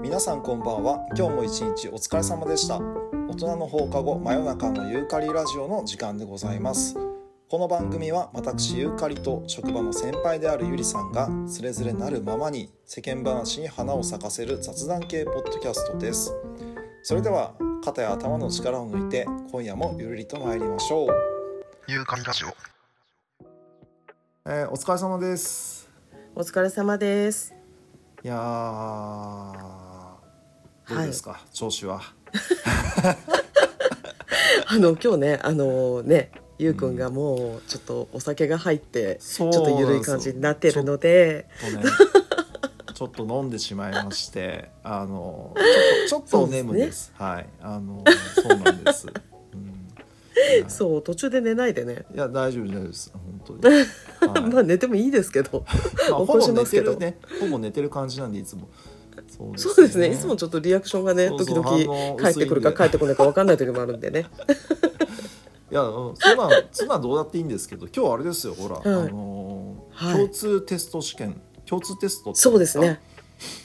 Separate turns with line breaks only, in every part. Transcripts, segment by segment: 皆さんこんばんは今日も一日お疲れ様でした大人の放課後真夜中のユーカリラジオの時間でございますこの番組は私ユーカリと職場の先輩であるゆりさんがつれづれなるままに世間話に花を咲かせる雑談系ポッドキャストですそれでは肩や頭の力を抜いて今夜もゆるりと参りましょう
ユーカリラジオ。
えーお疲れ様です
お疲れ様です。
いやーどうですか、調子 は
あの今日ね、あのね、ゆうくんがもうちょっとお酒が入って、
そう
ちょっとゆるい感じになってるので、
ちょっとねちょっと飲んでしまいましてあのちょっとちょっと
そうですね
眠ですはいあのそうなんです、うん、はい
そう途中で寝ないでね。
いや大丈夫大丈夫です本当に、はい
まあ寝てもいいですけど、
まあ
起
ほ
こ
ぼ
しま
寝
す
て
けど
るねほぼ寝てる感じなんでいつもそうで
そうですね。いつもちょっとリアクションがね、
そうそう
時
反応
々
薄いんで
帰ってくるか帰ってこないかわかんない時もあるんでね。
いやうん妻妻どうだっていいんですけど今日あれですよほら、
はい
あのー
はい
共通テスト試験共通テストって
そうですね。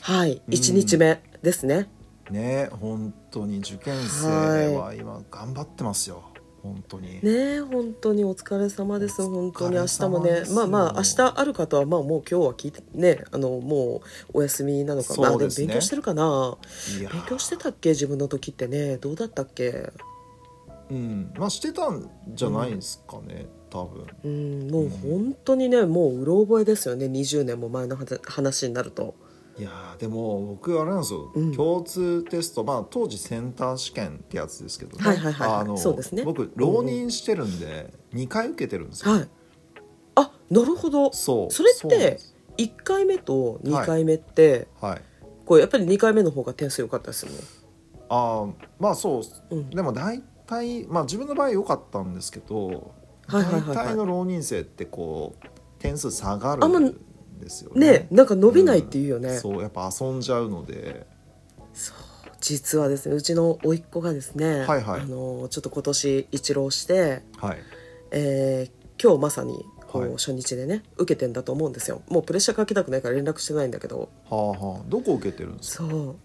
はい、
うん
一日目ですね。
ね本当に受験生は今頑張ってますよ本当に
ねえ本当にお疲れ様です本当に
お
明日
疲れ
も
様で
ね
す
まあまあ明日ある方はまあもう今日は聞いてねあのもうお休みなのか、まあ
そう
で
で
も
すね
勉強してるかない
やー
勉強してたっけ自分の時ってねどうだったっけ
うんまあしてたんじゃないですかね、多分
うんもう本当にねもううろ覚えですよね20年も前のはず話になると
いやーでも僕あれなんですよ、
うん
共通テストまあ当時センター試験ってやつですけどね、
はいはいはいはい
あの
そうですね
僕浪人してるんで2回受けてるんですよ、
はいあなるほど
そう
それって
うなんです
1回目と2回目って、
はい
こうやっぱり2回目の方が点数良かったですよね
あーまあそう
うん
でも大体まあ自分の場合良かったんですけど、
はいはいはいはい
大体の浪人生ってこう点数下がる
あんま
んですよね
ねなんか伸びないっていうよね、
んそうやっぱ遊んじゃうので
そう実はですねうちの甥っ子がですね、
はいはい
あのちょっと今年一浪して、
はい
えー今日まさにこ
はいう
初日でね、受けてんだと思うんですよもうプレッシャーかけたくないから連絡してないんだけど
はあはあどこ受けてるんですか
そう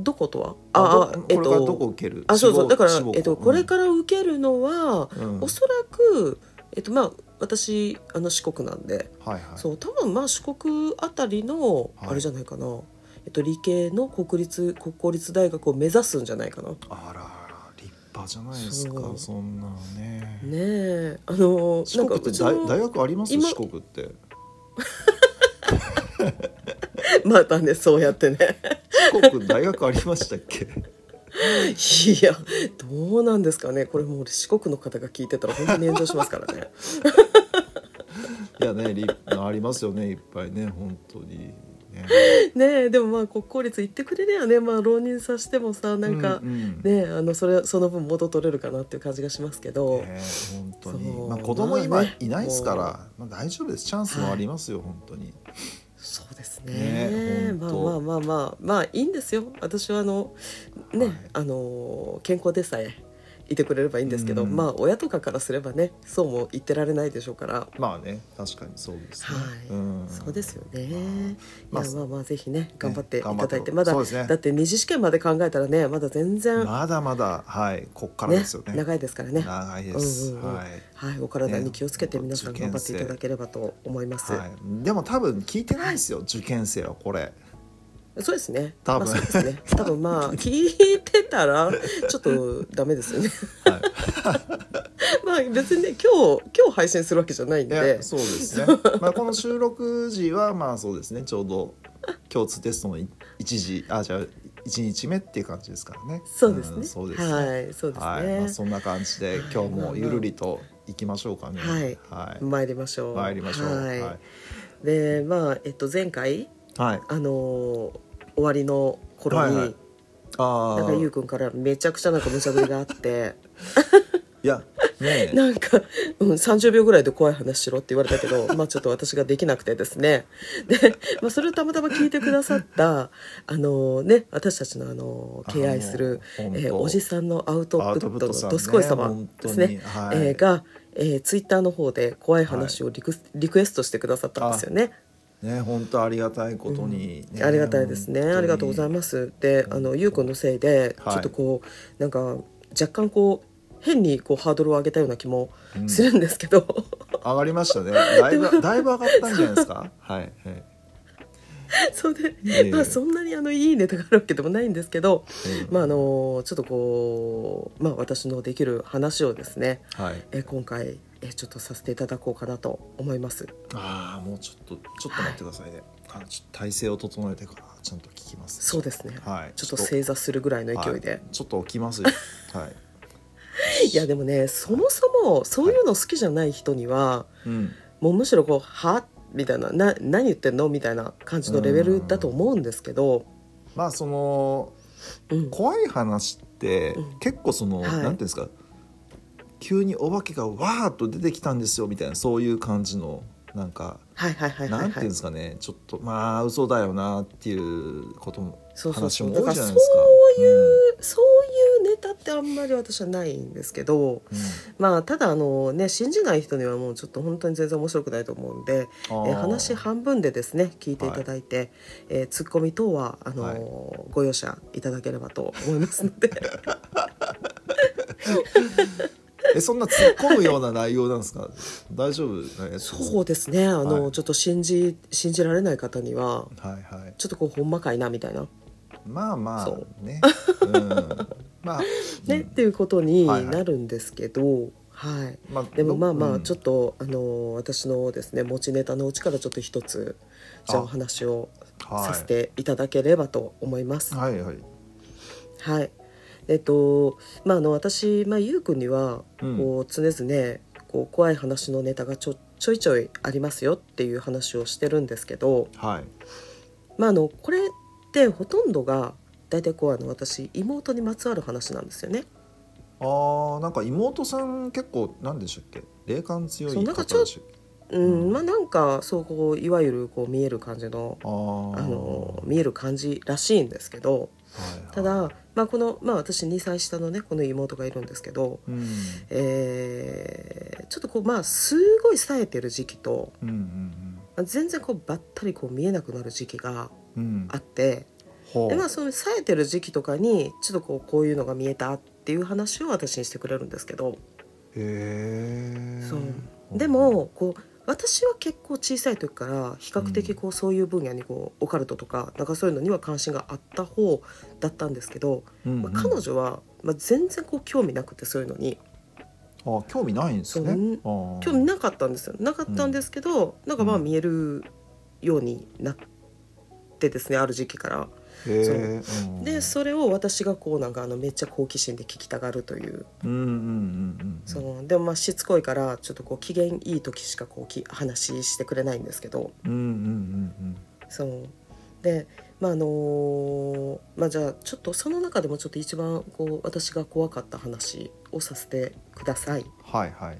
どことは
あ
ああ
ど
え
こ
っ
れからどこと受ける
あそうそうだから
志望、校
えっと、これから受けるのは、
うん
おそらく、えっとまあ、私あの四国なんで、
うんはいはい
そう多分まあ四国あたりの
はい
あれじゃないかな、えっと、理系の国立国公立大学を目指すんじゃないかな。
あらあら立派じゃないです
そ
か
う
そんなのね
ねえあの
四国
な
っ
んか
て
うち
大
の
大学あります
今
四国って
またねそうやってね
四国大学ありましたっけ
いやどうなんですかねこれもう四国の方が聞いてたら本当に炎上しますからね
いやね立ありますよねいっぱいね本当にね
ねえでもまあ国公立行ってくれりゃねまあ浪人させてもさなんか、
ううん
ねえあのそれその分元取れるかなっていう感じがしますけど、
ね本当
そ
に、
う
まあ、子供
ま
今
あね
いないですから、まあ、大丈夫ですチャンスもありますよ、本当に
そうです
ね
ね。まあま
ほ
あまあまあまあいいんですよ。私はあのね、
はい
あの健康でさえいてくれればいいんですけど、
うん
まあ親とかからすればね、そうも言ってられないでしょうから。
まあね確かにそうですね、
はい、
うん
そうですよね。
まあ
いやまあまあぜひね頑張ってい
頑張
た
って
だいて、まだ、
そうですね
だって二次試験まで考えたらねまだ全然、
まだまだはいこっから
ね
ですよね
長いですからね。
長いです、
うんうんうん
はい
はい、お体
ね
に気をつけて
本当
皆さん
受験
頑
生
張っていただければと思います。
はい、でも多分聞いてないですよ、受験生はこれ
そうですね。
多分
まあ、そうです ね。多分まあ聞いてたらちょっとダメですよね。
は
まあ別にね今日今日配信するわけじゃないん
い
で
や。そうですね まあこの収録時はまあそうですねちょうど共通テストのい一時あじゃあ一日目っていう感じですからね
そうです
ん
ね。
そうですね
はい、そうですね。
はい、まあ、そんな感じで、今日もゆるりと行きましょうかね。
はい
はい、
参りましょう。
参りましょう。
はい。
はい、
でまあえっと前回
はい、
あのー終わりの頃に、
はいはいあ
なん
あ
か、ゆうくんからめちゃくちゃなんか無茶ぶりがあって、
いや、ねえ、
なんか、うん、30秒ぐらいで怖い話しろって言われたけど、まあちょっと私ができなくてですね。で、まあそれをたまたま聞いてくださった、あのね、私たちのあの、敬愛する、
あ
え
もう
ー
本当
おじさんのアウトプ
アウトプ
ッ
ット
ト
さん
の
ね
どすこい様ですね、
本当にはい
えーが、えーツイッターの方で怖い話をリク,、リクエストしてくださったんですよね。
ね本当ありがたいことに、ね
ありがたいですね。ありがとうござい
ま
ます。で、あのゆうくんのせいで、
はい
ちょっとこうなんか若干こう変にこうハードルを上げたような気もするんですけど、
す上がりましたねだい ぶだいぶ上がったんじゃないですかはい、はい、え
それで、
ええ
まあそんなにあのいいネタがあるわけでもないんですけど、
え
まああのちょっとこうまあ私のできる話をですね、
はい
え今回えちょっとさせていただこうかなと思います。
ああもうちょっとちょっと待ってくださいね、あのちょっと体勢を整えてからちゃんと聞きます
そうですね。
はい
ちょっと正座するぐらいの勢いで。
はちょっと起きますよはい
いやでもねそもそもそういうの好きじゃない人には、
うん
もうむしろこう「は?」みたいな「な何言ってんの?」みたいな感じのレベルだと思うんですけど、
まあその
うん
怖い話って
うん
結構その、
は
なん
い
ていうんですか急にお化けがわーっと出てきたんですよみたいなそういう感じのなんか
はいはいはいは
ないんて
はい
うんですかねちょっとまあ嘘だよなっていうことも
そうそう
話
そう
も
だ
多
か
い
ら
じゃな
そ
いですか。
ういうそういうネタってあんまり私はないんですけどまあただあのね信じない人にはもうちょっと本当に全然面白くないと思うんで、
うん
え
あー
話半分でですね聞いていただいて、えーツッコミ等はあの
はい
ご容赦いただければと思いますの で
えそんな突っ込むような内容なんですか大丈夫
そうですねあの、
はい
ちょっと信じ信じられない方には
はいはい
ちょっとこうほんまかいなみたいな
まあま
そ
あねうんまあ
ね、
うん
っていうことに
はいはい
なるんですけど、はい
まあ
でもまあま
う
あ
ん
ちょっと、あのー私のですね持ちネタのうちからちょっと一つじゃあ
あ
お話を
はい
させていただければと思います。はい、
はいはい
えっとまああの私、まあ、ゆうくんには
うん
こう常々こう怖い話のネタがちょちょいちょいありますよっていう話をしてるんですけど、
はい
まあ、あのこれってほとんどが大体こうあの私妹にまつわる話なんですよね。
あーなんか妹さん結構なんでしたっけ霊感強い
そう
方
なんか
で
ちょ
したっけ
うん、まあなんかそうこういわゆるこう見える感じの
あ
あ
あ
の見える感じらしいんですけどただ、まあ、この、まあ、私2歳下のねこの妹がいるんですけど、
うん
えーちょっとこうまあすごい冴えてる時期と
うんうん
まあ全然こうばったりこう見えなくなる時期が
うんうん
あって
ほ
で、まあ、その冴えてる時期とかにちょっとこうこういうのが見えたっていう話を私にしてくれるんですけど。
へえ
そうでもこう私は結構小さい時から比較的こうそういう分野にこうオカルトとかなんかそういうのには関心があった方だったんですけど、まあ、彼女はまあ全然こう興味なくてそういうのに
あ興味ないんですね
そう興味なかったんですよなかったんですけどなんかまあ見えるようになってですねある時期から
へえ
でそれを私がこうなんかあのめっちゃ好奇心で聞きたがるという
うんうんうんうん
そのでもまあしつこいからちょっとこう機嫌いい時しかこうき話してくれないんですけど。
うんうんうん
そうでまああのーまあじゃあちょっとその中でもちょっと一番こう私が怖かった話をさせてください
うんはいはい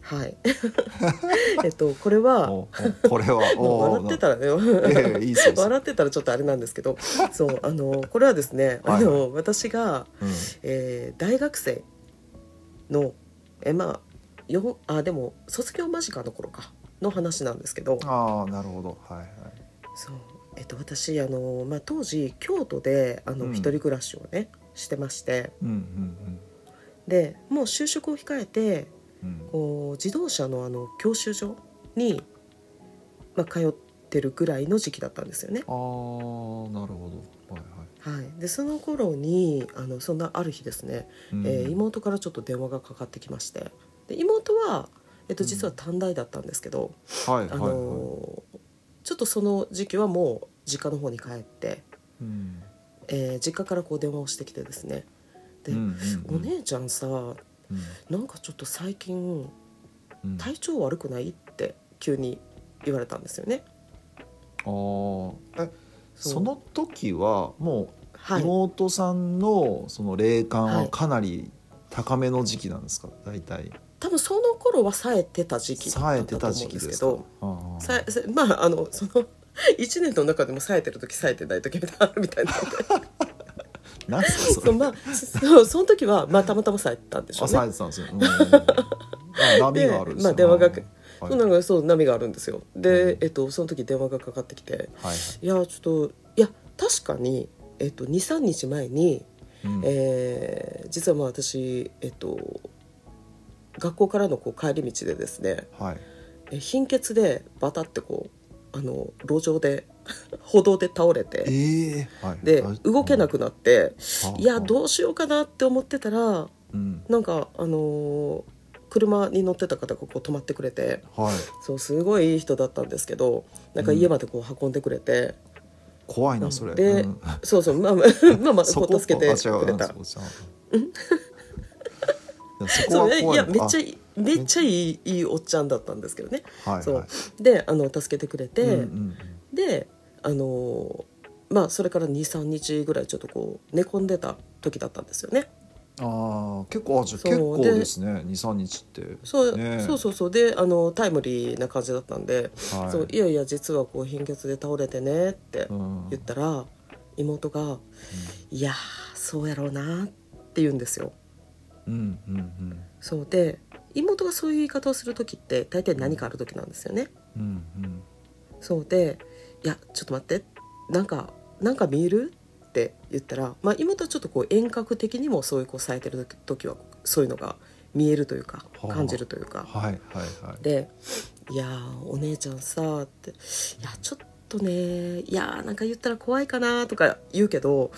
はい えっとこれは
おおこれは
もう
お
笑ってたらね
ええいいそうです
笑ってたらちょっとあれなんですけどそうあのこれはですね、
はいはい
あの私が、
うん
えー大学生のえまあよあでも卒業間近の頃かの話なんですけど
ああなるほどはいはい
そう、えっと、私あの、まあ、当時京都であの、
うん
一人暮らしをねしてまして
うんうん
でもう就職を控えて
うんうん
こう自動車のあの教習所に、まあ、通ってるぐらいの時期だったんですよね。
ああなるほどはいはい
はい、でその頃にあのそんなある日ですね、
うん
えー妹からちょっと電話がかかってきましてで妹は、えっと、実は短大だったんですけど、
はい
あ
はい
の
はい
ちょっとその時期はもう実家の方に帰って
うん
えー実家からこう電話をしてきてですねで、
うんうんうん
お姉ちゃんさ
うん
なんかちょっと最近
うん
体調悪くない?」って急に言われたんですよね。
ああえ
そう
その時はもう
はい、
妹さんのその霊感
は
はいかなり高めの時期なんですか大体
多分その頃は冴えてた時期だ
冴え
ってた
た
と思う
時
ん
期
です
で
け
すか
ど
ああ
ささまああのその 1年の中でも冴えてる時冴えてない時みたいなのあるみたいな
なんすかそ
そ
れ
うまあそうその時は、まあ、たまたま冴えてたんでしょ
あ
う
冴え
ね
てたんですようんあ波があるんです
まあ、電話が
はいはい
なんかそう波があるんですよで、
うん
えっと、その時電話がかかってきて
はい
いやちょっといや確かに、えっと、23日前に、
うん
えー実はまあ私、えっと、学校からのこう帰り道でですね
はい
え貧血でバタってこうあの路上で 歩道で倒れて
えーはい
で
大
動けなくなって
あ
いや
あ
どうしようかなって思ってたら
うん
なんかあのー車に乗ってた方がこう止まってくれて
はい
そうすごいいい人だったんですけどなんか家までこう運んでくれて、
怖いなそれ
で
うん
そうそうまあまあまあまあこ
そうこ
助けて
あ違う
くれた
うんそう じゃんそこ
そ
は
う
怖い
い
の
やめっちゃ
あ
いいめっちゃいいいいおっちゃんだったんですけどね
はい
そう
はい
であの助けてくれて、
うんうん
であのーまあそれから23日ぐらいちょっとこう寝込んでた時だったんですよね。
ああ結構あじゃあ
そう
結構
で
ですね二三日って
そう,、
ねえ
そうそうそうであのタイムリーな感じだったんで「
はい
い、そういやいや実はこう貧血で倒れてね」って
うん
言ったら、妹が「いやーそうやろうな」って言うんですよ。
うんうんうん
そうで妹がそういう言い方をする時って大体何かある時なんですよね。
うんうん
そうで「いやちょっと待ってなんかなんか見える?」って言ったら、まあ、妹はちょっとこう遠隔的にもそういうこうされてる時時はそういうのが見えるというか
はあ
感じるというか。
はいはいはい
で「いやーお姉ちゃんさ」って「いやちょっとねいやーなんか言ったら怖いかな」とか言うけど、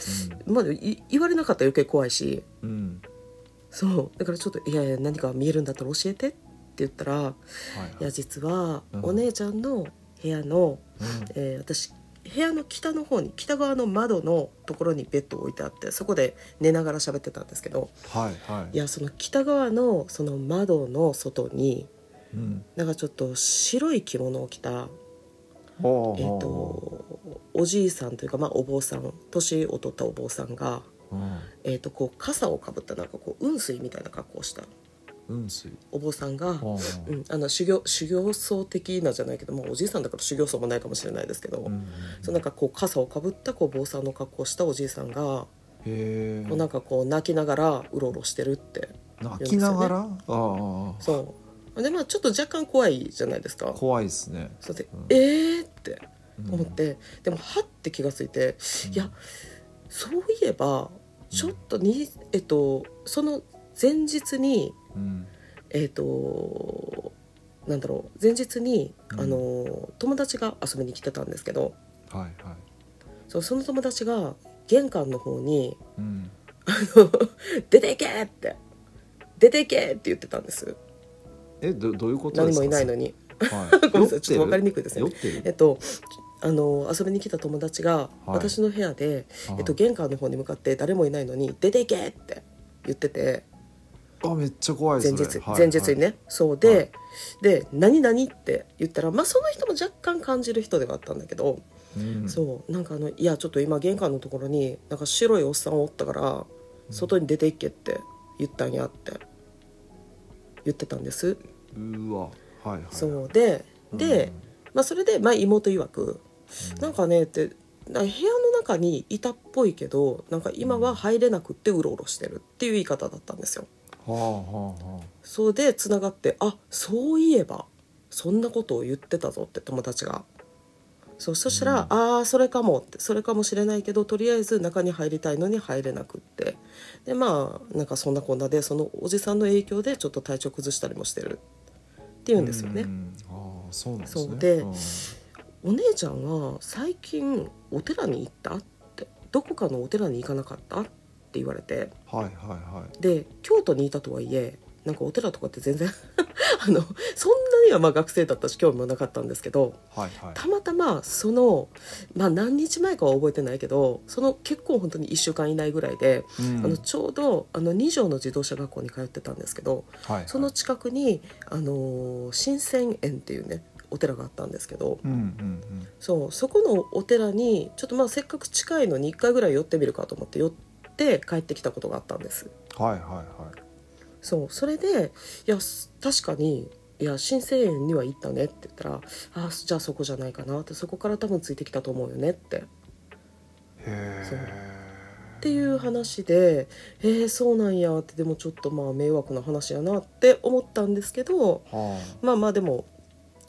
まあ、い言われなかったら余計怖いし
うんうん
そうだからちょっと「いやいや何か見えるんだったら教えて」って言ったら「い
はいは
や
い
実は
うん
お姉ちゃんの部屋のえー私部屋の北の方に北側の窓のところにベッドを置いてあってそこで寝ながら喋ってたんですけど
はいはい
いやその北側のその窓の外に
うん
なんかちょっと白い着物を着た、
ほ
え
うほ
ー、
う
とおじいさんというか、まあ、お坊さん年を取ったお坊さんが、
うん
えー、とこう傘をかぶったなんかこう雲水みたいな格好をした
うんすい
お坊さんが、
ほう
うん、あの修行修行僧的なじゃないけど、まあ、おじいさんだから修行僧もないかもしれないですけど。
うんうん
そうなんかこう傘をかぶったこう坊さんの格好をしたおじいさんが、
へ
もうなんかこう泣きながらうろうろしてるって
え泣きながらああ
そうでまあちょっと若干怖いじゃないですか
怖いですね
そうで、
うん
えーって
うん
思って、でもはって気がついて、いやそういえばちょっとに、えっとその前日に
うん
えっとなんだろう前日に、
うん
あの友達が遊びに来てたんですけど
はいはい
そうその友達が玄関の方に
うん
出ていけって出ていけって言ってたんです
えどどういうことで
何
す
も
か
いないのに
はい
ごめんなさいちょ
酔てる
っと分かりにくいですね
酔ってる
えっとあの遊びに来た友達が
はい
私の部屋で、
あ
えっと、玄関の方に向かって誰もいないのに「出ていけ!」って言ってて
あめっちゃ怖いそ
前
れ
日
はい
前日にねそうで、
はい
で「何々?」って言ったらまあその人も若干感じる人ではあったんだけど、
はいうん
そうなんかあの「いやちょっと今玄関のところになんか白いおっさんおったから外に出ていけ」って言ったんやって言ってたんです。
うわはいはい
そうでで、まあ、それで、まあ、妹曰く「なんかね」ってなんか部屋の中にいたっぽいけどなんか今は入れなくってうろうろしてるっていう言い方だったんですよ。
はあはあはあ
そうでつながって「あそういえばそんなことを言ってたぞ」って友達が。そうそしたら「ああそれかも」ってそれかもしれないけどとりあえず中に入りたいのに入れなくってでまあなんかそんなこんなでそのおじさんの影響でちょっと体調崩したりもしてるっていうんですよね。
うんああそうなんですね
そうで
ん
お姉ちゃんが最近お寺に行ったってどこかのお寺に行かなかったって言われて
はいはいは
で京都にいたとはいえなんかお寺とかって全然 あのそんなにはまあ学生だったし興味もなかったんですけど
いはいはい
たまたまその、まあ、何日前かは覚えてないけどその結構本当に1週間以内ぐらいで、
うん
あのちょうどあの2条の自動車学校に通ってたんですけど
はいはい
その近くに、あの新鮮園っていうねお寺があったんですけど、
うんうん
そうそこのお寺にちょっとまあせっかく近いのに1回ぐらい寄ってみるかと思って寄って帰ってきたことがあったんです
うんはいはいはい
そうそれでいやす確かにいや新生園には行ったねって言ったら「あじゃあそこじゃないかな」ってそこから多分ついてきたと思うよねって
へ
そうっ
え
ていう話で「えー、そうなんや」ってでもちょっとまあ迷惑な話やなって思ったんですけど
は
まあまあでも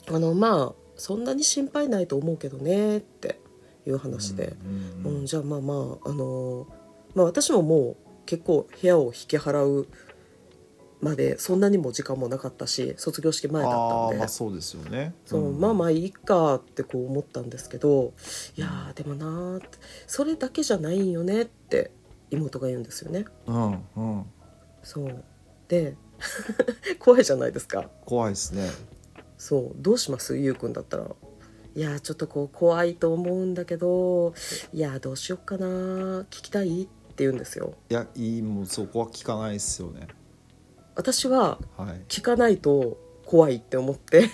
あのまあそんなに心配ないと思うけどねっていう話で、
うん
う
うんんうん
じゃあまあまああのまあ私ももう結構部屋を引き払うまでそんなにも時間もなかったし卒業式前だったん
あ
で
ーまあそうですよね
そう
うん
まあまあいいかってこう思ったんですけどいやーでもなーってそれだけじゃないんよねって妹が言うんですよね。
うんうん
そうで 怖いじゃないですか。
怖いですね
そうどうしますゆうくんだったら。いやーちょっとこう怖いと思うんだけどいやーどうしよっかなー聞きたいって言うんですよ。
いやいいもうそこは聞かないですよね
私は
はい
聞かないと怖いって思って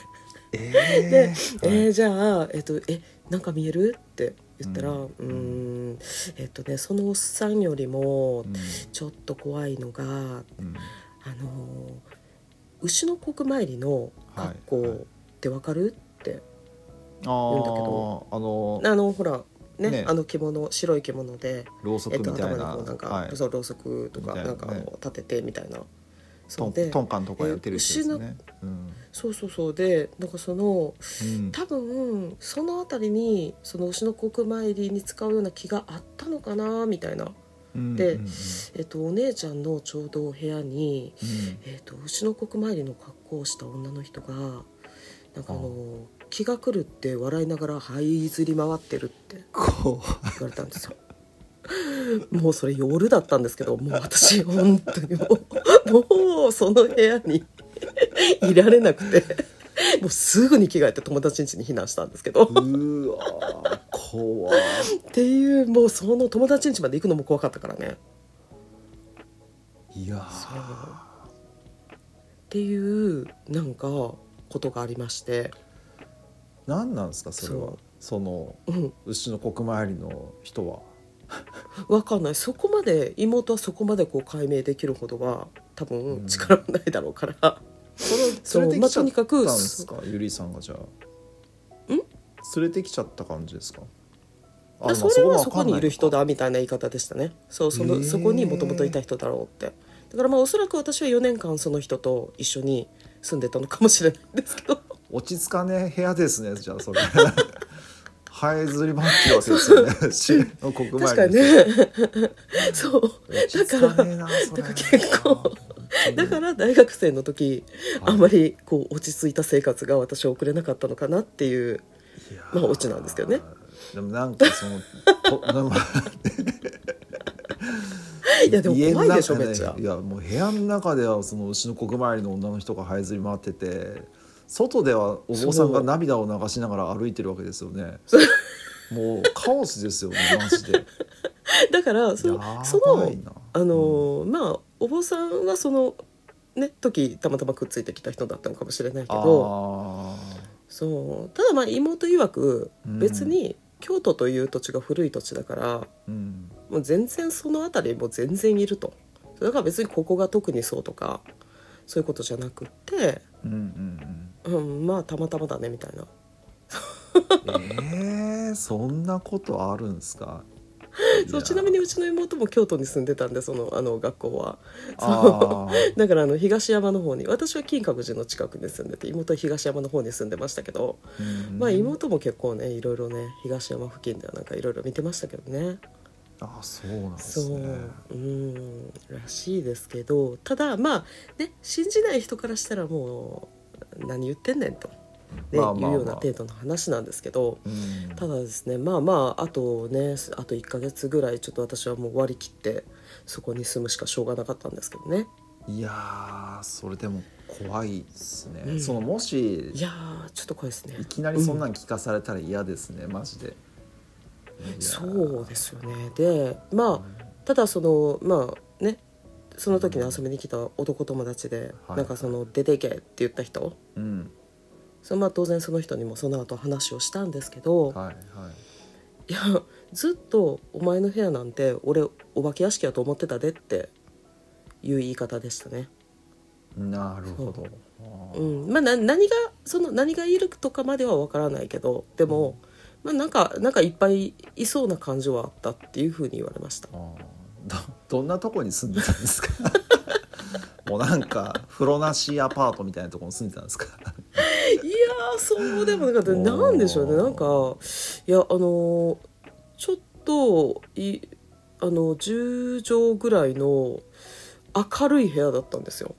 えー
え
はい
ーじゃあ、えっと、えなんか見えるって言ったら、う
う
ー
ん
ん、えっとねそのおっさんよりも
うん
ちょっと怖いのが、
うん
あのー牛の国参りの格
はいは
好
い
ってわかるって、
あ
んだけど
ああの
あのほらね
ね
あの着物白い着物で、
ろうそ
え
く
っ
み
と、
た
頭
い
に
な、
こうなんか、
はい、
そうろうそくとか
みたいな
なんかあの
ね
立ててみたいな。
ト
そう
ン
で
トンカンとかやってる人ですよね、うん
そうそうそうでなんかその
うん
多分その辺りにその牛の国参りに使うような気があったのかなみたいな、
うん
で
うんうん
えっと、お姉ちゃんのちょうどお部屋に、
うん
えっと、牛の国参りの格好をした女の人がなんかあの気が狂って笑いながら這いずり回ってるって
こ
言われたんですよ。 もうそれ夜だったんですけどもう私本当にもうもうその部屋に いられなくてもうすぐに着替えて友達ん家に避難したんですけど
ううわー怖い
っていうもうその友達ん家まで行くのも怖かったからね
いや
そ
ー
うっていうなんかことがありまして
何なんですかそれは
そう
その
うん
牛の国参りの人は
わかんないそこまで妹はそこまでこう解明できるほどは多分力もないだろうから、
それ
そう
連れてきちゃ
まあと
っ
に
た
か
ん
く
ですか、ゆりさんがじゃあ連れてきちゃった感じですかあまあ
それは
こ
そこにいる人だみたいな言い方でしたねそうその、
へー
そこにもともといた人だろうってだからまあおそらく私は4年間その人と一緒に住んでたのかもしれないんですけど
落ち着かねえ部屋ですねじゃあそれ はいずりばってるわけですよね牛の国
確
参
か
り
に
の人
ね そう
落ち着かねえなそれ
だから結構だから大学生の時、
はい
あまりこう落ち着いた生活が私は送れなかったのかなっていう
いやー
まあオチなんですけどね
でもなんかそのとでも
いやでも怖いでしょ
家の中
めっちゃ
いやもう部屋の中ではその牛の国参りの女の人が這いずり回ってて外ではお坊さんが涙を流しながら歩いてるわけですよね もうカオスですよねマジで
だからそ
や
のそ
ば
の
いな
あのーまあお坊さんはそのね時たまたまくっついてきた人だったのかもしれないけど
あ
そうただまあ妹曰く
うん
別に京都という土地が古い土地だから、
ーうん
もう全然その辺りも全然いるとだから別にここが特にそうとかそういうことじゃなくって、
うんうん
うん、まあたまたまだねみたいな
うんえー、そんなことあるんですか
そうちなみにうちの妹も京都に住んでたんでそのあの学校は
あ
だからあの東山の方に私は金閣寺の近くに住んでて妹は東山の方に住んでましたけど、
ー、うん
まあ妹も結構ねいろいろね東山付近ではなんかいろいろ見てましたけどね
あそうなんです
そう
ね
うんらしいですけどただまあね信じない人からしたらもう何言ってんねんと、ね
まあまあまあ
いうような程度の話なんですけど。
うん
ただですねまあまああとねあと1ヶ月ぐらいちょっと私はもう割り切ってそこに住むしかしょうがなかったんですけどね
いやーそれでも怖いですね、
うん
そのもし
いやーちょっと怖いですね
いきなりそんなん聞かされたら嫌ですね、マジで
そうですよねでまあただそのまあねその時に遊びに来た男友達で、
はい
なんかその「出ていけ」って言った人
うん
そのまあ当然その人にもその後話をしたんですけど、
はいはい
い、やずっと「お前の部屋なんて俺お化け屋敷やと思ってたで」っていう言い方でしたね。
なるほど
うんまあ、な何がその何がいるとかまでは分からないけどでも、まあ、なんかなんかいっぱいいそうな感じはあったっていうふうに言われました
あーどどんなとこに住んでたんですか もうなんか風呂なしアパートみたいなとこに住んでたんですか
いやーそうでもなかったなんでしょうねなんかいやあのちょっといあの10畳ぐらいの明るい部屋だったんですよ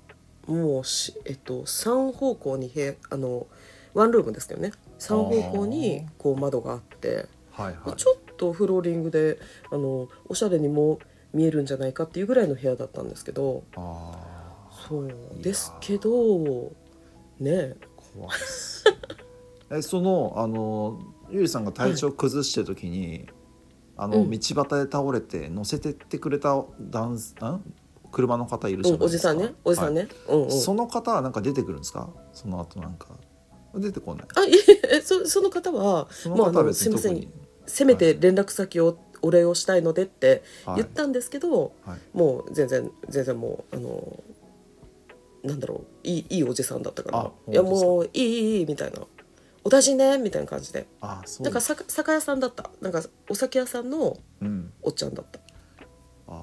もうしえっと3方向に部屋あのワンルームですけどね3方向にこう窓があって
はいはい
ちょっとフローリングであのおしゃれにも見えるんじゃないかっていうぐらいの部屋だったんですけど
あ
そうですけどね
ー怖いっす えそのあのゆりさんが体調崩してる時に、あの道
うん
端で倒れて乗せてってくれた男ん車の方いるじ
う
ゃなんい、
お
で
じ
すか、
さんねおじさんね、うんう
は
ん
いその方はなんか出てくるんですかその後なんか出てこない
あいええそその方は
その方
まあ
は
あの
別に
す
特
いません
に
せめて連絡先をお礼をしたいのでって
は
言っ
い
たんですけど、
はい
もう全然全然もうあのなんだろういいいいおじさんだったか
あ
ら「いや
本当ですか
もういいいいいい」みたいな「お大事にね」みたいな感じで
あそう
な
で
んか
す
酒酒屋さんだったなんかお酒屋さんの
うん
おっちゃんだった
あー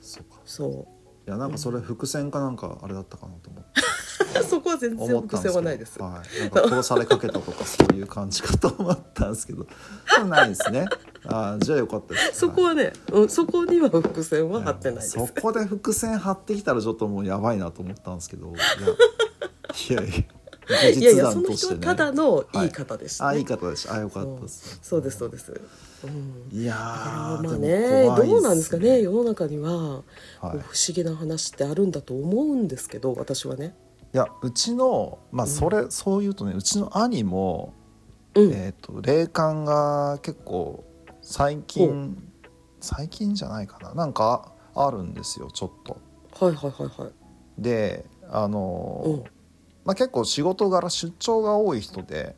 そうか
そ
いやなんかそれ伏線かなんかあれだったかなと思って
う そこは全然
思った
伏
んですけ
線
ど
はないです
はい、なんか殺されかけたとかそういう感じかと思ったんです けどそうないですねあーじゃあよかったです
そこはね、うん、そこには伏線は張ってないです
そこで伏線張ってきたらちょっともうやばいなと思ったんですけどいやいやいや後
いやい
日
やそ
談
の
とし
人
て
は
ね
ただのいい方でした、
あ
ね
いい方でしたあよかったです
そうですそうです、うん、
いや
あ
ー
ーま
で
あね
も怖いっす
どうなんですかね世の中には、
はい
こう不思議な話ってあるんだと思うんですけど私はね
いやうちのまあそれ、そういうとねうちの兄も、
うん、
えー、と霊感が結構最近最近じゃないかななんかあるんですよちょっと。
はいはいはいはい
であのー
うん
まあ、結構仕事柄出張が多い人で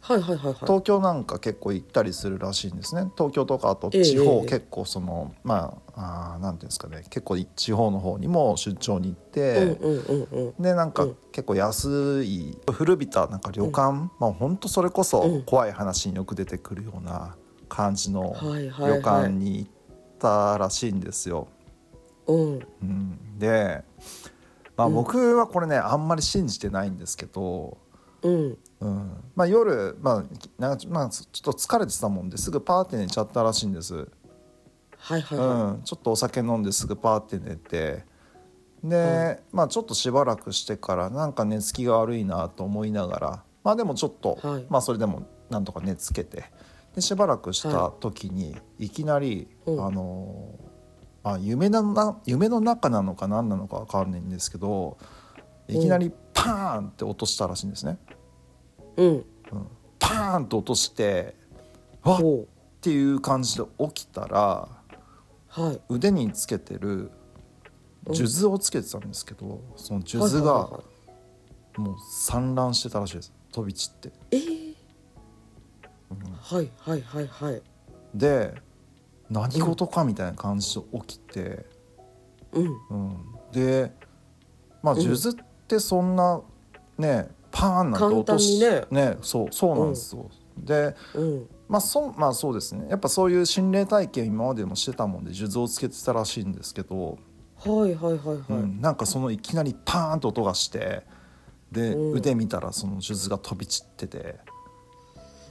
はいはいはいはい
東京なんか結構行ったりするらしいんですね東京とかあと
ええ
地
え
方
え
結構その、まああーなんていうんですかね結構地方の方にも出張に行って。
うんうんうんうん
でなんか
うん
結構安い古びたなんか旅館、まあ本当それこ
う
そ
ん
怖い話によく出てくるような感じの
はいは
旅
いはい
館に行ったらしいんですよ。
うん
うん、で、まあ、
うん
僕はこれねあんまり信じてないんですけど、
うん
うんまあ、夜、まあなんかまあ、ちょっと疲れてたもんですぐパーティーに行っちゃったらしいんです。
はいはいはい、
うん、ちょっとお酒飲んですぐパーって寝てで、まあちょっとしばらくしてからなんか寝つきが悪いなと思いながらまあでもちょっと、
はい
まあそれでもなんとか寝つけてでしばらくした時に、い、きなり、
うん
あのーあ夢なな夢の中なのか何なのかわかんないんですけどいきなりパーンって落としたらしいんですね。
うん
パーンと落としてわっっ
おう
ていう感じで起きたら
はい
腕につけてる
うん
数珠をつけてたんですけど、その数珠
はいはいはい
が
はい
もう散乱してたらしいです飛び散って。
えーはいはいはいはい
で何事かみたいな感じで起きて、
うん
うん、でまあ
うん
数珠ってそんなねパーンなんて落とし
簡単
ねそうそうなんですよ。で
うん
まあそまあそうですねやっぱそういう心霊体験今までもしてたもんで数珠をつけてたらしいんですけど。
はいはいはいはい、
うん、なんかそのいきなりパーンと音がしてで、
うん
腕見たらその数珠が飛び散ってて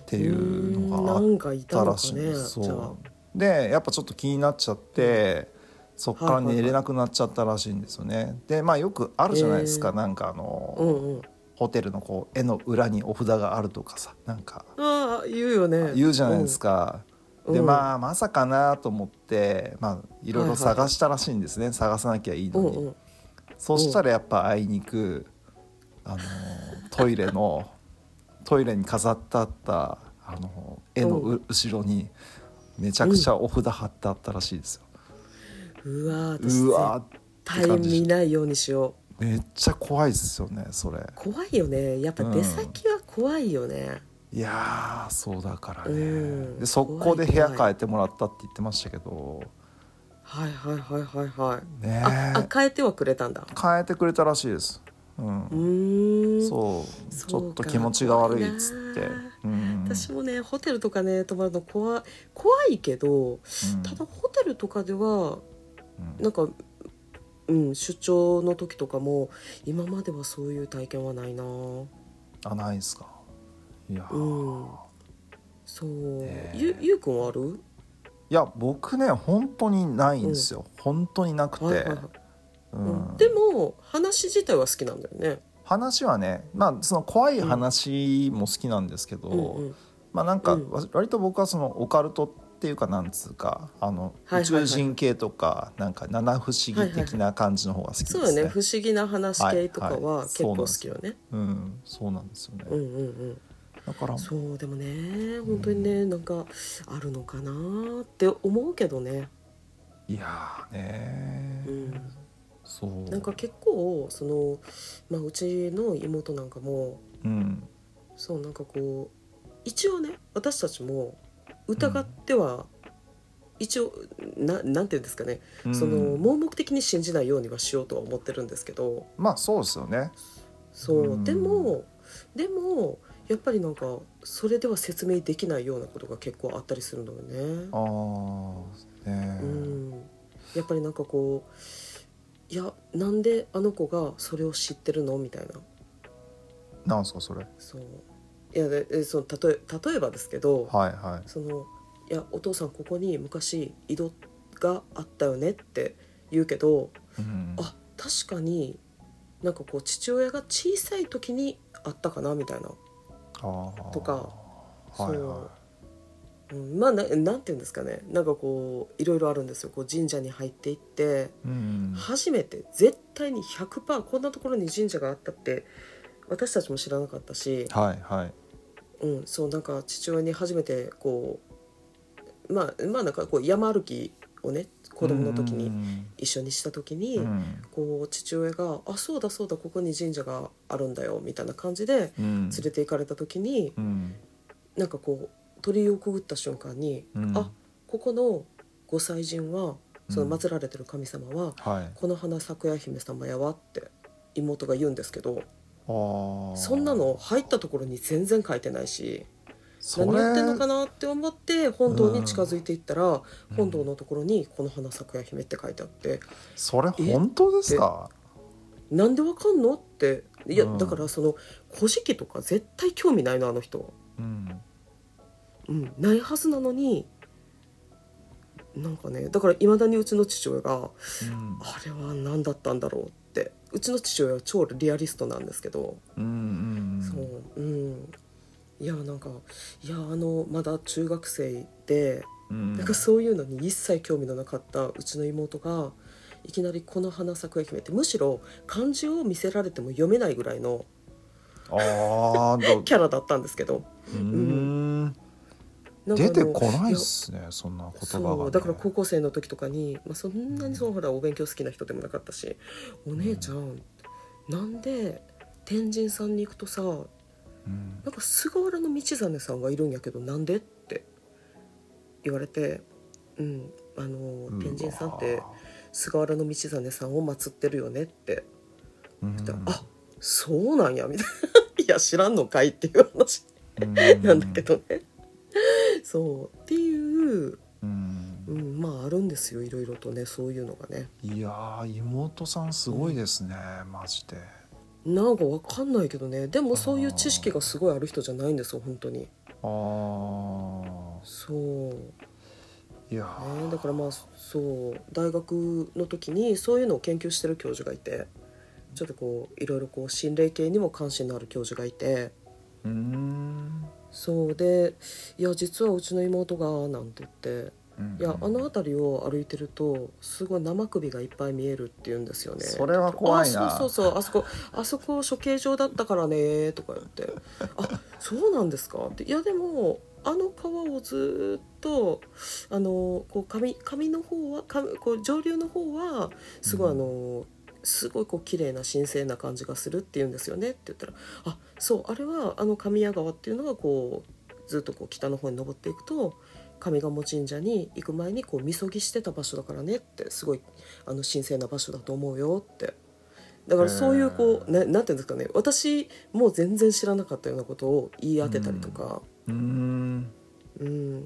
っていううの
ん
があ
な
っ
んかい
た
たの
ら
か
しいん
ね
です
じゃあ
そうでやっぱちょっと気になっちゃって、そっから寝れなくなっちゃったらしいんですよね、でまあよくあるじゃないですか、
へー
なんかあの、
うんうん
ホテルのこう絵の裏にお札があるとかさなんか
ああ言うよね
言うじゃないですか、
うん
で
うん
まあまさかなと思ってまあいろいろ
はいはい
探したらしいんですね、探さなきゃいいの
う
に。
んうん
そしたらやっぱあいにく、あのートイレのトイレに飾ってあった、あのー絵のう後ろにめちゃくちゃお札貼ってあったらしいですよ。
うわー
う
私
わ
絶対見ないようにしよう
ーめっちゃ怖いですよねそれ。
怖いよねやっぱ出先は怖いよね、
いやーそうだからね。
うん
で速攻で部屋
怖い
変
怖い
えてもらったって言ってましたけど
はいはいはいはいはい
ね
ああ変えてはくれたんだ
変えてくれたらしいです。うん
うーん
そう
そう
ちょっと
か
気持ちが悪いっつって
怖いな。
うん
私もねホテルとかね泊まるの怖い怖いけど
うん
ただホテルとかでは
うん
なんかうん出張の時とかも今まではそういう体験はないな
あないですか。いやー、
うんそう、
ねえ
ゆゆうくんはある
いや僕ね本当にないんですよ、本当になくて、
はいはいはい、
う
うん
ん
でも話自体は好きなんだよね
話はねまあその怖い話も好きなんですけど、
うんうん
まあなんか
うん
わ割と僕はそのオカルトっていうかなんつうかあの
はいはいはい
宇宙人系とかなんか七不思議的な感じの方が好きです
そ
ね。
うよね不思議な話系とか
はいはい
は結構好きよね、
うん、そうなんですよね。
うんうんうん
だから
そうでもね本当にね、なんかあるのかなーって思うけどね、
いやーね
う
ー、
ん、
そう
なんか結構その、まあ、うちの妹なんかも
うん
そうなんかこう一応ね私たちも疑っては、一応ななんていうんですかね、
うん
その盲目的に信じないようにはしようとは思ってるんですけど
まあそうですよね。
そう、
うん
でもでもやっぱりなんかそれでは説明できないようなことが結構あったりするのよね。
ああね
う
ー、
ん、やっぱりなんかこういやなんであの子がそれを知ってるのみたいな
なんですかそれ。
そういやでえその例え例えばですけど、
はいは
そのいやお父さんここに昔井戸があったよねって言うけど
い。うん、
あ確かになんかこう父親が小さい時にあったかなみたいな、
あ
とか
はいはい
そううん、まあななんて言うんですかねなんかこういろいろあるんですよこう神社に入っていって
うん
初めて絶対に100%こんなところに神社があったって私たちも知らなかったし、
はいはい。
うん、そうなんか父親に初めてこうまあまあなんかこう山歩きをね子供の時に一緒にした時に、
うん
こう父親が「あそうだそうだここに神社があるんだよ」みたいな感じで
うん、
連れて行かれた時に、
うん
なんかこう鳥居をくぐった瞬間に
うん
あここのご祭神はその
うん
祀られてる神様は、
はい。
この花咲くや姫様やわって妹が言うんですけど
あー
そんなの入ったところに全然書いてないし
それ
何やってんのかなって思って本堂に近づいていったら、本堂のところに「この花咲くや姫」って書いてあって。
それ本当ですか
なんでわかんのっていや、
うん
だからその古事記とか絶対興味ないのあの人は、
うん
うん、ないはずなのになんかねだからいまだにうちの父親が
うん
あれは何だったんだろうってうちの父親は超リアリストなんですけど、
うんうん
そううんいやなんかいやあのまだ中学生で
うん
なんかそういうのに一切興味のなかったうちの妹がいきなり「この花咲くや姫」ってむしろ漢字を見せられても読めないぐらいの
あ ー
キャラだったんですけど
うーん
なんかあ
出
の
てこないっすねそんな言葉が
そ
ね
うだから高校生の時とかに、まあ、そんなにそのほらお勉強好きな人でもなかったし「お姉ちゃんなんで天神さんに行くとさな
うん
んか菅原道真さんがいるんやけどなんで?」って言われて「うんあの天神さんって菅原道真さんを祀ってるよね」って
うん
言ったら「あそうなんや」みたいな 「いや知らんのかい」っていう話
うん
なんだけどね。そうっていう、
うん
うん、まああるんですよいろいろとねそういうのがね。
いやー妹さんすごいですねマジで
なんかわかんないけどねでもそういう知識がすごいある人じゃないんですよ本当に。
あー
そう、ね、
いやー
だからまあそう大学の時にそういうのを研究してる教授がいてちょっとこういろいろこう心霊系にも関心のある教授がいて。
うーん
そうで「いや実はうちの妹が」なんて言って
うん
いやあの辺りを歩いてるとすごい生首がいっぱい見えるって言うんですよね
それは怖いな
あそうそうそうあそこあそこ処刑場だったからねとか言ってあそうなんですかっていやでもあの川をずっとあのこう上上の方は上こう上流の方はすごいあの、すごいこう綺麗な神聖な感じがするって言うんですよねって言ったら「あそうあれはあの神谷川っていうのがこうずっとこう北の方に登っていくと上賀茂神社に行く前にこうみそぎしてた場所だからねってすごいあの神聖な場所だと思うよってだからそういうこう、
へー
ななんていうんですかね私もう全然知らなかったようなことを言い当てたりとか、
うーん
うん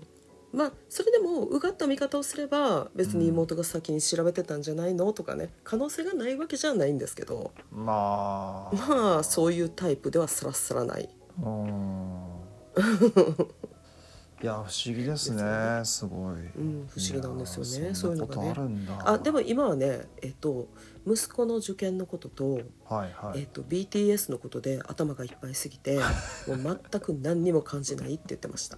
まあそれでもうがった見方をすれば別に妹が先に調べてたんじゃないのとかね可能性がないわけじゃないんですけど
まあ
まあそういうタイプではさらさらない。
うーんいや不思議ですねすごい、
うん不思議なんですよね
いやー
そういう
そんな
のがね
ことあるんだ
あでも今はねえっと息子の受験のことと、
はいは
えっ
い
と BTS のことで頭がいっぱいすぎて もう全く何にも感じないって言ってました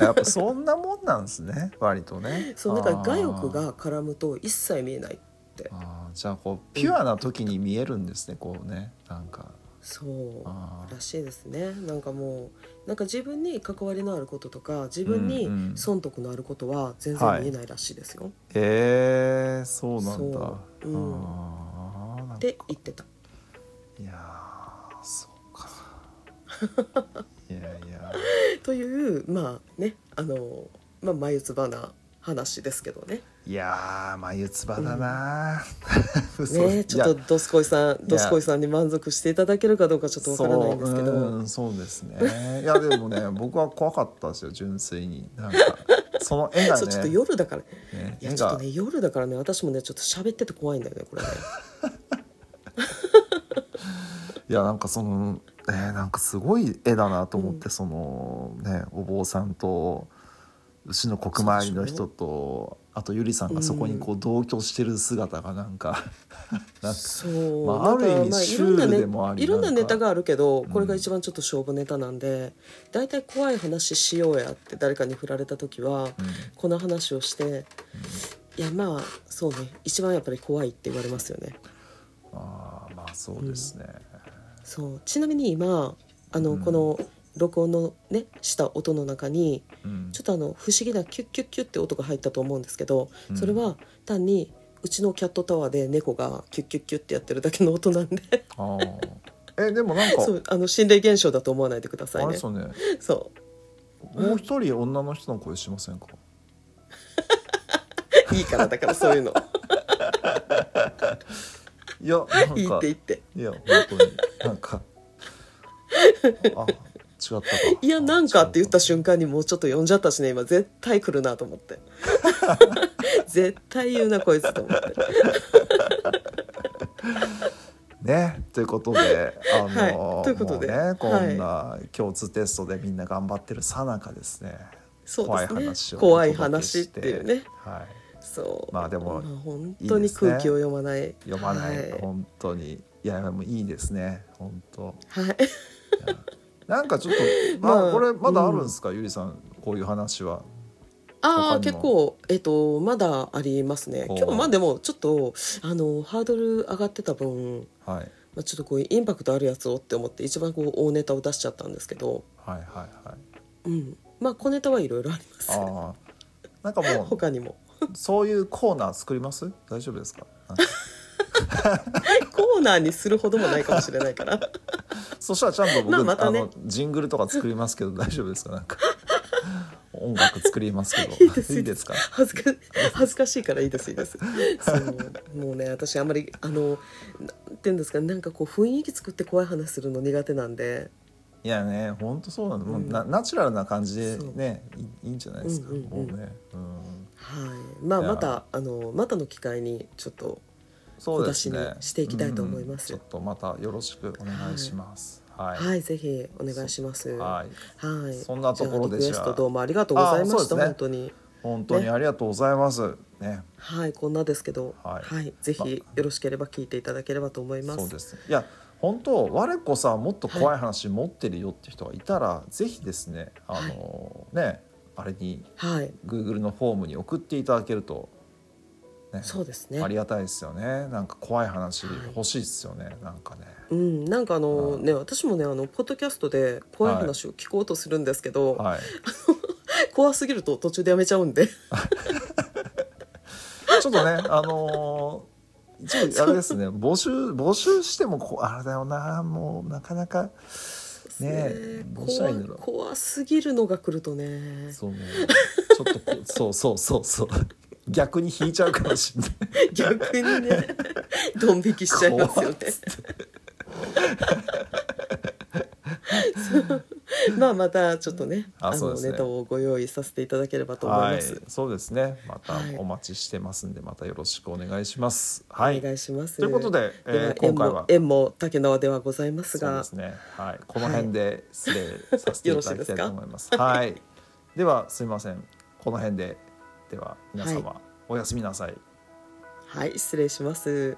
やっぱそんなもんなんですね割とね
そうなんか
あー
我欲が絡むと一切見えないって
あーじゃあこうピュアな時に見えるんですねこうねなんか
そう
あー
らしいですねなんかもうなんか自分に関わりのあることとか自分に
うんうん
損得のあることは全然見えないらしいですよ、
えー、そうなんだ
そううん
あーなんか
って言ってた
いやーそうか いやいや
というまあねあのまあ眉唾な話ですけどね
いやー眉唾だな、 う
ねちょっとドスコイさん
や
ドスコイさんに満足していただけるかどうかちょっとわからないんですけど
そううんそうですねいやでもね僕は怖かったですよ純粋になんか その絵が
そう
ね
ちょっと夜だから
ね
いや
絵
ちょっと
が
ね夜だからね私もねちょっと喋ってて怖いんだよねこれね
いやなんかそのえーなんかすごい絵だなと思って、そのねお坊さんと牛の国参りの人とあとゆりさんがそこにこう同居してる姿がなんか、 なんか
そう、
まあ
だ
あ
から
る意味
まい
シ
ろ
ュ
んな
ール
ね
でもあり
いろんな
なんか
ネタがあるけど
ん
これが一番ちょっと勝負ネタなんで大体、たい怖い話しようやって誰かに振られた時は
うん
この話をして、いやまあそうね一番やっぱり怖いって言われますよね
ああまあそうですね、
そうちなみに今あの、
うん
この録音のねした音の中に
うん
ちょっとあの不思議なキュッキュッキュッって音が入ったと思うんですけど、
うん
それは単にうちのキャットタワーで猫がキュッキュッキュッってやってるだけの音なんで
ああえでもなんか
そうあの心霊現象だと思わないでください
あれ
ね
ですよね
そう
もう一人女の人の声しませんか
いいからだからそうい うの
いやなんか
いいって言って
いや本当になんかあ違ったか
いやなんかって言った
し
瞬間にもうちょっと呼んじゃったしね今絶対来るなと思って 絶対言うなこいつと思って
ねということであの、
はいということで
もうねこんな共通テストでみんな頑張ってるさなかですね
そうです
怖い話
ね
を
怖い話っていうね
はい
そう
まあでも
本当に空気を読まない
読まない、
はい
本当にいやもういいですね本当
はい
なんかちょっと、まあ
まあ
これまだあるんですか、ゆりさんこういう話は
あ
他にも
あ結構えっとまだありますね
おー
今日まあでもちょっとあのハードル上がってた分、
はい
まあ、ちょっとこういうインパクトあるやつをって思って一番こう大ネタを出しちゃったんですけど、
はいはいはい
うん、まあ小ネタはいろいろあります
あ あなんかもう
他にも
そういうコーナー作ります大丈夫ですかなんか
コーナーにするほどもないかもしれないから
そしたらちゃんと僕、
ま
あ
あまたね
のジングルとか作りますけど大丈夫ですかなん か音楽作りますけど
いいです
いいですか
恥ずか恥ずかしいからいいですいいですそうもうね私あんまりあのなんていうんですかなんかこう雰囲気作って怖い話するの苦手なんで
いやね本当そうなの、もう
うん
なナチュラルな感じでねいいいんじゃないですか、
うんうんうん
もうね、うん、
はい、まあ
いや
またあのまたの機会にちょっと
そうですね
小出しにしていきたいと思います
うんちょっとまたよろしくお願いしますは
はい、
い、
ぜひお願いします。
はい
はい
そんなところで
じ
じ
ゃあ
ゃあ
リクエストどうもありがとうございま
あそ
し
うです
た、
ね
本当に。
本当にありがとうございますね
はい、こんなですけど、
は
はいい、ぜ
まあ
ひよろしければ聞いていただければと思います。
そうですねいや本当我こさもっと怖い話持ってるよって人がいたら、ぜひですねあの、ねあれに
はい、
Google のフォームに送っていただけると、ね
そうですね
あり。がたいですよねなんか怖い話欲しいですよね、なんかね
うん、なんかあの
はい
ね、私もね、あのポッドキャストで怖い話を聞こうとするんですけど、
はい
怖すぎると途中でやめちゃうんで、
ちょっとねあのーちょっとあれですね募集募集してもこあれだよなもうなかなかねえどうしたらいいんだろう
怖怖すぎるのが来るとね、
そうちょっとこうそうそうそうそう逆に引いちゃうかもしれない。
逆にね、ドン引きしちゃいますよね。まあまたちょっとね
あ
あ
そう
の
ですね
ネタをご用意させていただければ と思い
は
ま
い
す、、
そうですね。また
はい
お待ちしてますんで、またよろしくお願いします。はい。
お願いします
ということで、え
では
ー今回は
縁も縁も竹縄ではございます
そう
が
ですね。はい、この辺で失礼させていただきたいと思います。はい。 ではすみません。この辺ででは皆様、おやすみなさい。
はい失礼します。